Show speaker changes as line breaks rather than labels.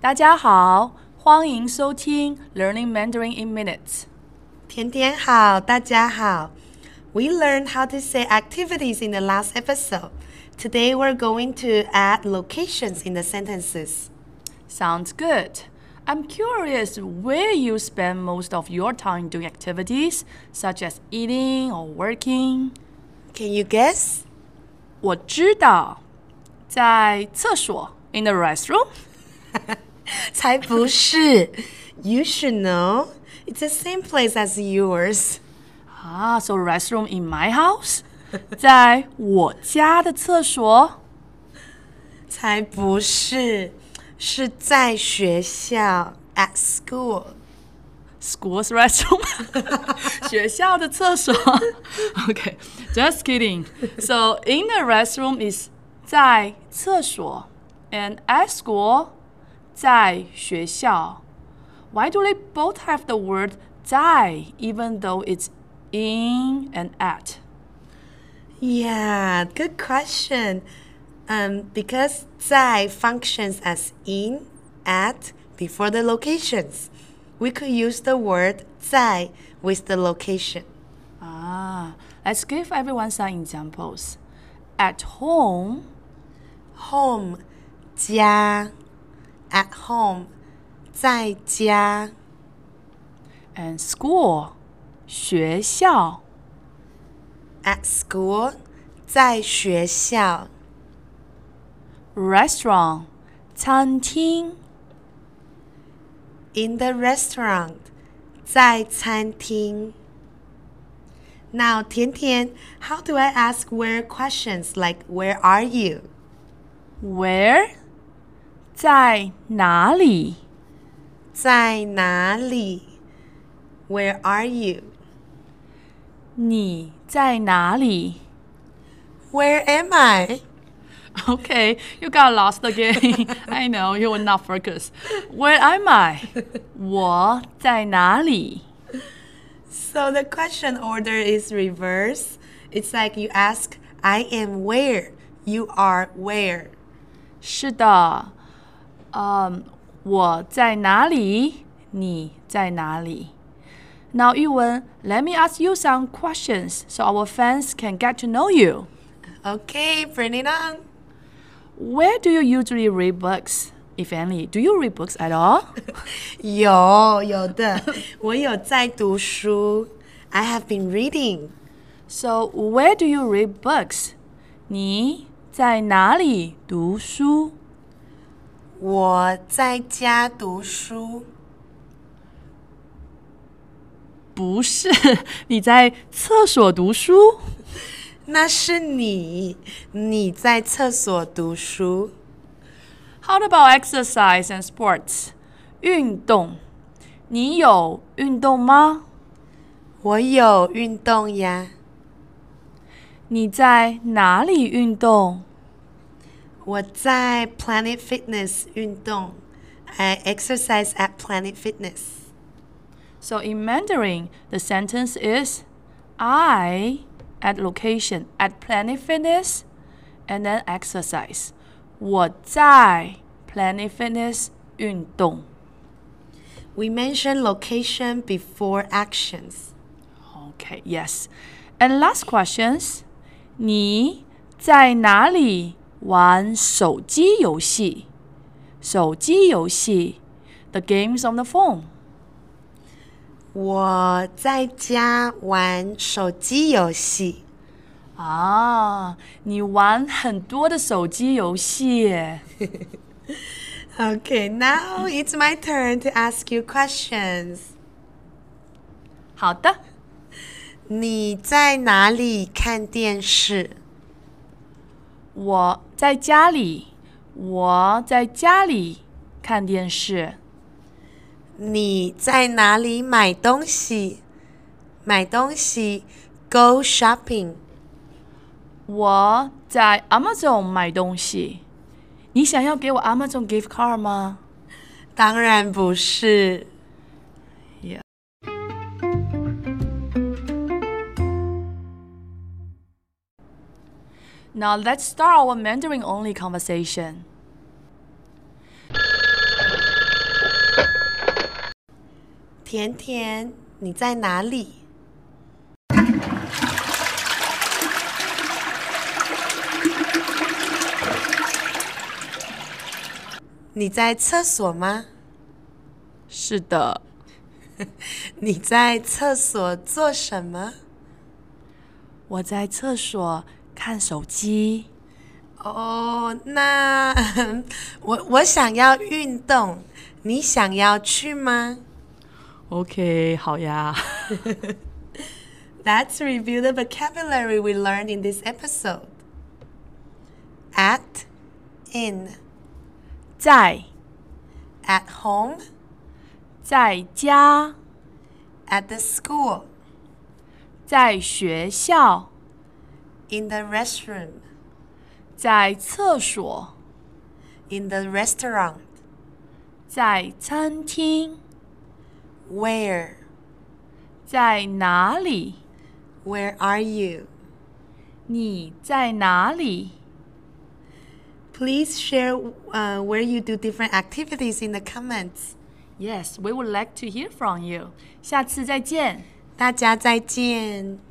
大家好，欢迎收听 Learning Mandarin in Minutes。
甜甜好，大家好。We learned how to say activities in the last episode. Today we're going to add locations in the sentences.
Sounds good. I'm curious where you spend most of your time doing activities such as eating or working.
Can you guess?
我知道，在厕所 in the restroom。
才不是。You should know. It's the same place as yours.
啊，so Ah, restroom in my house，在我家的厕所。
才不是，是在学校 at school。
School's restroom，学 校的厕所。OK，just、kidding. So in the restroom is 在厕所，and at school 在学校。Why do they both have the word 在 even though it's in and at？
Yeah, good question. Um, because 在 functions as in, at, before the locations. We could use the word 在 with the location.
Ah, let's give everyone some examples. At home,
Home, 家 at home, 在家
and school 学校
at school, 在学校
restaurant 餐厅
in the restaurant, 在餐厅 Now, Tian Tian, how do I ask where questions like where are you?
where 在哪里
在哪里？Where are you?
你在哪里
Where am I?
Okay, you got lost again. I know you were not focused. Where am I? 我在哪里
So the question order is reverse. It's like you ask, I am where, you are where.
是的，嗯，我在哪里？你在哪里？Now, Yuwen, let me ask you some questions so our fans can get to know you.
Okay, bring it on.
Where do you usually read books, if any? Do you read books at all?
有有的，我有在读书。I have been reading.
So, where do you read books? 你在哪里读书？
我在家读书。
不是，你在厕所读书。
那是你，你在厕所读书。
How about exercise and sports？运动，你有运动吗？
我有运动呀。
你在哪里运动？
我在 Planet Fitness 运动，I exercise at Planet Fitness。
So in Mandarin, the sentence is I at location at Planet Fitness and then exercise. 我在 Planet Fitness 运动。
We mentioned location before actions。
Okay, yes. And last questions. 你在哪里玩手机游戏？手机游戏，the games on the phone.
我在家玩手机游戏，
啊，Ah, 你玩很多的手机游戏耶。
Okay, now it's my turn to ask you questions.
好的，
你在哪里看电视？
我在家里，我在家里看电视。
你在哪里买东西？买东西，go shopping。
我在 Amazon 买东西。你想要给我 Amazon gift card 吗？
当然不是。
Now let's start our Mandarin only conversation.
甜甜，你在哪里？你在厕所吗？
是的，
你在厕所做什么？
我在厕所看手机。
哦，那 我我想要运动，你想要去吗
OK，好呀。
？Let's review the vocabulary we learned in this episode. At, in,
在
at home,
在家，
at the school,
在学校，
in the restroom,
在厕所，
in the restaurant,
在餐厅，
where,
在哪里？
where are you?
你在哪里？
Please share uh, where you do different activities in the comments.
Yes, we would like to hear from you. 下次再见。
大家再见。